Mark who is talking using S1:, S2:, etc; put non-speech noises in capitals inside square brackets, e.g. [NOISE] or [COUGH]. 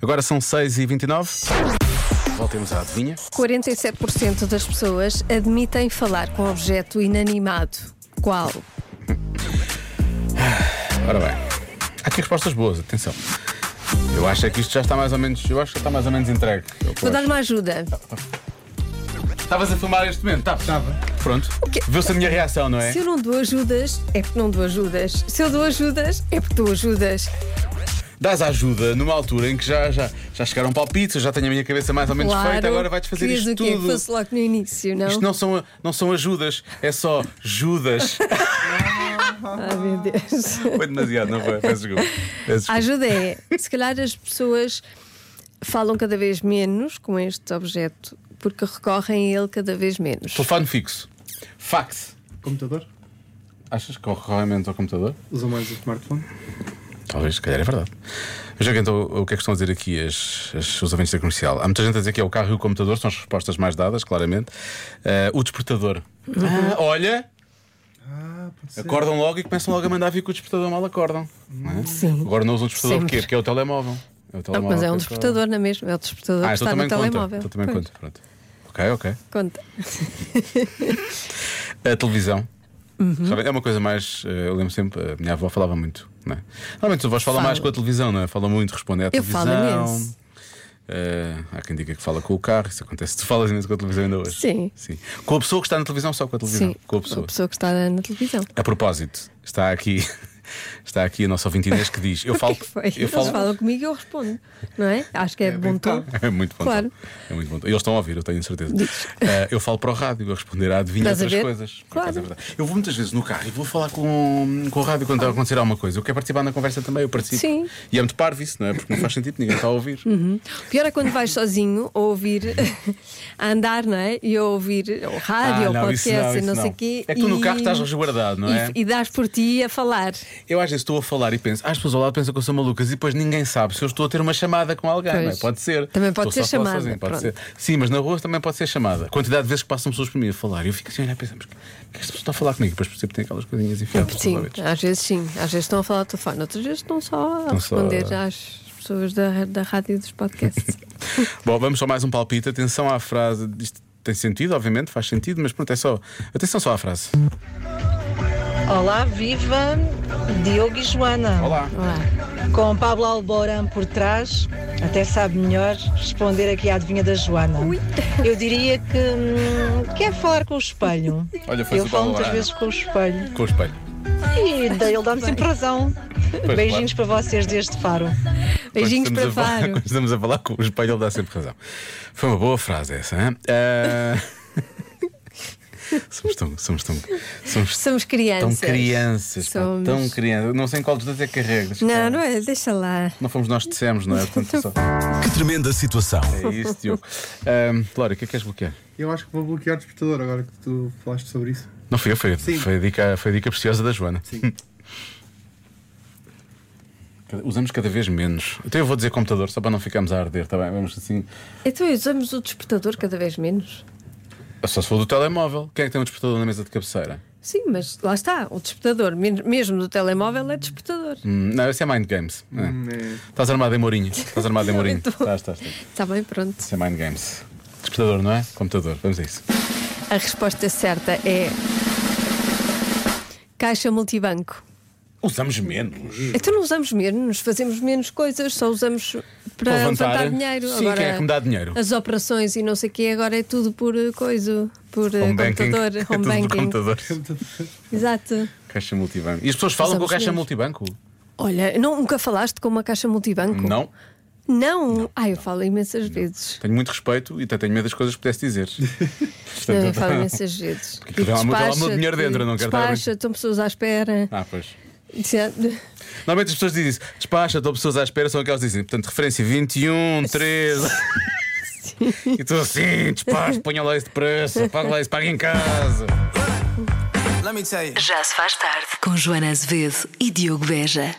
S1: Agora são 6h29. Voltemos à adivinha.
S2: 47% das pessoas admitem falar com objeto inanimado. Qual?
S1: Ora bem, há aqui respostas boas, atenção. Eu acho é que isto já está mais ou menos. Eu acho que está mais ou menos entregue. É o que eu
S2: Vou dar
S1: acho.
S2: uma ajuda.
S1: Tá Estavas a filmar este momento? Tá, estava. Pronto.
S2: quê?
S1: Viu-se a minha reação, não é?
S2: Se eu não dou ajudas, é porque não dou ajudas. Se eu dou ajudas, é porque dou ajudas.
S1: Dás ajuda numa altura em que já, já, já chegaram palpites, eu já tenho a minha cabeça mais ou menos feita, agora vai-te fazer
S2: querias
S1: isto
S2: o quê? Que
S1: tudo.
S2: fosse logo no início, não?
S1: Isto não são, não são ajudas, é só
S2: [LAUGHS]
S1: Judas.
S2: Ah, meu Deus.
S1: foi demasiado, não foi? Peço desculpa. Peço
S2: A
S1: desculpa.
S2: ajuda é, se calhar as pessoas falam cada vez menos com este objeto porque recorrem a ele cada vez menos.
S1: Telefone fixo. Fax.
S3: Computador?
S1: Achas que corre realmente ao computador?
S3: Usam mais o smartphone?
S1: Talvez, se calhar é verdade. Mas ok, então o que é que estão a dizer aqui as, as- os ouvintes da comercial? Há muita gente a dizer que é o carro e o computador, são as respostas mais dadas, claramente. Eh, o despertador. Ah, olha,
S3: Ah, pode ser.
S1: acordam logo e começam logo a mandar vir que o despertador mal acordam. não é?
S2: Sim.
S1: Agora não usam o despertador
S2: Sempre.
S1: porquê? Porque é o telemóvel. É o
S2: Ah,
S1: telemóvel
S2: mas é
S1: que
S2: um
S1: só-
S2: despertador, não é mesmo? É o despertador
S1: Ah, então
S2: que está no
S1: também conta.
S2: telemóvel.
S1: Então também
S2: Pois,
S1: conta. Pronto. Ok, ok.
S2: conta.
S1: A televisão. Sabe, É uma coisa mais. eh, Eu lembro sempre, a minha avó falava muito. Não é? Normalmente os avós falam
S2: Fala.
S1: mais com a televisão, não é? Falam muito, respondem à
S2: Eu
S1: televisão.
S2: falo imenso.
S1: Eh, há quem diga que fala com o carro, isso acontece. Tu falas imenso com a televisão ainda hoje.
S2: Sim.
S1: Com a pessoa que está na televisão, só com a televisão.
S2: Sim,
S1: Com a pessoa.
S2: que está na televisão.
S1: A propósito, está aqui. [LAUGHS] Está aqui a nossa ouvinte Inês que diz: Eu falo.
S2: O que é que foi?
S1: Eu falo
S2: Eles falam comigo e eu respondo, não é? Acho que é, de bom tom.
S1: É muito bom.
S2: Claro.
S1: É muito bom. Eles estão a ouvir, eu tenho certeza. Eh, eu falo para o rádio, eu responder a adivinha
S2: Estás a
S1: outras
S2: ver?
S1: coisas. Por
S2: Claro.
S1: acaso é verdade. eu vou muitas vezes no carro e vou falar com, com o rádio quando está a acontecer alguma coisa. Eu quero participar na conversa também, eu participo.
S2: Sim.
S1: E é muito parvo isso, não é? Porque não faz sentido, ninguém está a ouvir.
S2: Pior é quando vais sozinho ou ouvir [LAUGHS] a andar, não é? E a ouvir o rádio,
S1: Ah,
S2: ou
S1: não, isso
S2: podcast,
S1: não,
S2: e
S1: isso
S2: não sei
S1: não.
S2: o quê.
S1: É que tu no
S2: e-
S1: carro estás resguardado, não
S2: e-
S1: é?
S2: E, dás por ti a falar.
S1: Eu às vezes estou a falar e penso, ah, as pessoas ao lado pensam que eu sou malucas e depois ninguém sabe se eu estou a ter uma chamada com alguém,
S2: Pois.
S1: não é? Pode ser.
S2: Também pode
S1: Estou
S2: ser
S1: só a falar
S2: chamada,
S1: sozinho, pode
S2: pronto.
S1: ser. Sim, mas na rua também pode ser chamada. Quantidade de vezes que passam pessoas por mim a falar, e eu fico assim a olhar e pensar, mas porquê que esta pessoa está a falar comigo? E depois percebo que tem aquelas coisinhas enfiadas
S2: Sim,
S1: toda vez.
S2: às vezes sim. Às vezes estão a falar ao telefone, outras vezes estão só a
S1: Estão só a-
S2: responder às pessoas da, da rádio e
S1: [LAUGHS]
S2: dos podcasts.
S1: Bom, vamos só mais um palpite. Atenção à frase. Isto tem sentido, obviamente, faz sentido, mas pronto, é só. Atenção só à frase.
S4: Olá, viva Diogo e Joana.
S1: Olá.
S2: Olá.
S4: Com Pablo Alborán por trás, até sabe melhor responder aqui à adivinha da Joana. Eu diria que hum, quer falar com
S1: [LAUGHS]
S4: o espelho.
S1: Olha, foi
S4: Eu
S1: o Paulo
S4: falo muitas
S1: Alborán.
S4: vezes com o espelho.
S1: Com o espelho.
S4: E daí então ele dá-me sempre razão.
S1: claro.
S4: Beijinhos para vocês desde Faro.
S2: Beijinhos
S1: Quando estamos
S2: para
S1: a falar-
S2: Faro.
S1: Quando estamos a falar com o espelho, ele dá sempre razão. Foi uma boa frase essa, hein? Ah, [LAUGHS] somos tão. Somos tão. Somos
S2: Somos crianças.
S1: tão crianças. pá,
S2: Somos.
S1: tão crianças. Não sei em qual dos dois é que carregas.
S2: Não, não é? Deixa lá.
S1: Não fomos nós que dissemos, não é? Portanto, só-
S5: Que tremenda situação.
S1: É isso, Diogo. Ahm, Lória, o que é que queres bloquear?
S3: Eu acho que vou bloquear o despertador agora que tu falaste sobre isso.
S1: Não fui eu, foi,
S3: Sim.
S1: foi, a dica, foi a dica preciosa da Joana.
S3: Sim.
S1: Cada- Usamos cada vez menos. Até eu vou dizer computador, só para não ficarmos a arder, está bem? Vamos assim.
S2: Então usamos o despertador cada vez menos.
S1: Só se for do telemóvel. Quem é que tem um despertador na mesa de cabeceira?
S2: Sim, mas lá está, o despertador, men- mesmo do telemóvel, é despertador.
S1: Hum, não, esse é Mind Games. É.
S2: Hum.
S3: É,
S1: Estás armado em Mourinho. Estás armado
S2: [LAUGHS]
S1: em Mourinho.
S2: Muito bom.
S1: Estás, estás, estás.
S2: Está Tá bem, pronto.
S1: Isso é Mind Games. Despertador, não é? Computador. Vamos a isso.
S2: A resposta certa é. Caixa multibanco.
S1: Usamos menos.
S2: Então não usamos menos, fazemos menos coisas, só usamos para
S1: Para levantar.
S2: levantar, dinheiro.
S1: Sim,
S2: agora,
S1: quem é que me dá dinheiro?
S2: As operações e não sei o quê, agora é tudo por eh, coisa, por eh, computador,
S1: [LAUGHS] É
S2: home
S1: tudo por
S2: banking.
S1: computador. [LAUGHS]
S2: Exato.
S1: Caixa multibanco. E as pessoas falam
S2: Usamos
S1: com a caixa
S2: menos.
S1: multibanco?
S2: Olha, não- nunca falaste com uma caixa multibanco?
S1: Não.
S2: Não? ah, eu falo imensas vezes.
S1: Tenho muito respeito e até tenho medo das coisas que pudesse dizer.
S2: Não,
S1: Portanto,
S2: eu falo imensas vezes.
S1: aquilo é há muito- há muito
S2: Despacha-te,
S1: dinheiro dentro, eu não quero estar a
S2: despacha, estão pessoas à
S1: [LAUGHS]
S2: espera.
S1: Ah, pois.
S2: Dizendo-
S1: Normalmente as pessoas dizem isso. Despacha, estou pessoas à espera, são aquelas que dizem. Portanto, referência 21, 13. E estou assim, despacho, ponha lá isso depressa, paga lá isso, paga em casa.
S6: Já se faz tarde com Joana Azevedo e Diogo Beja.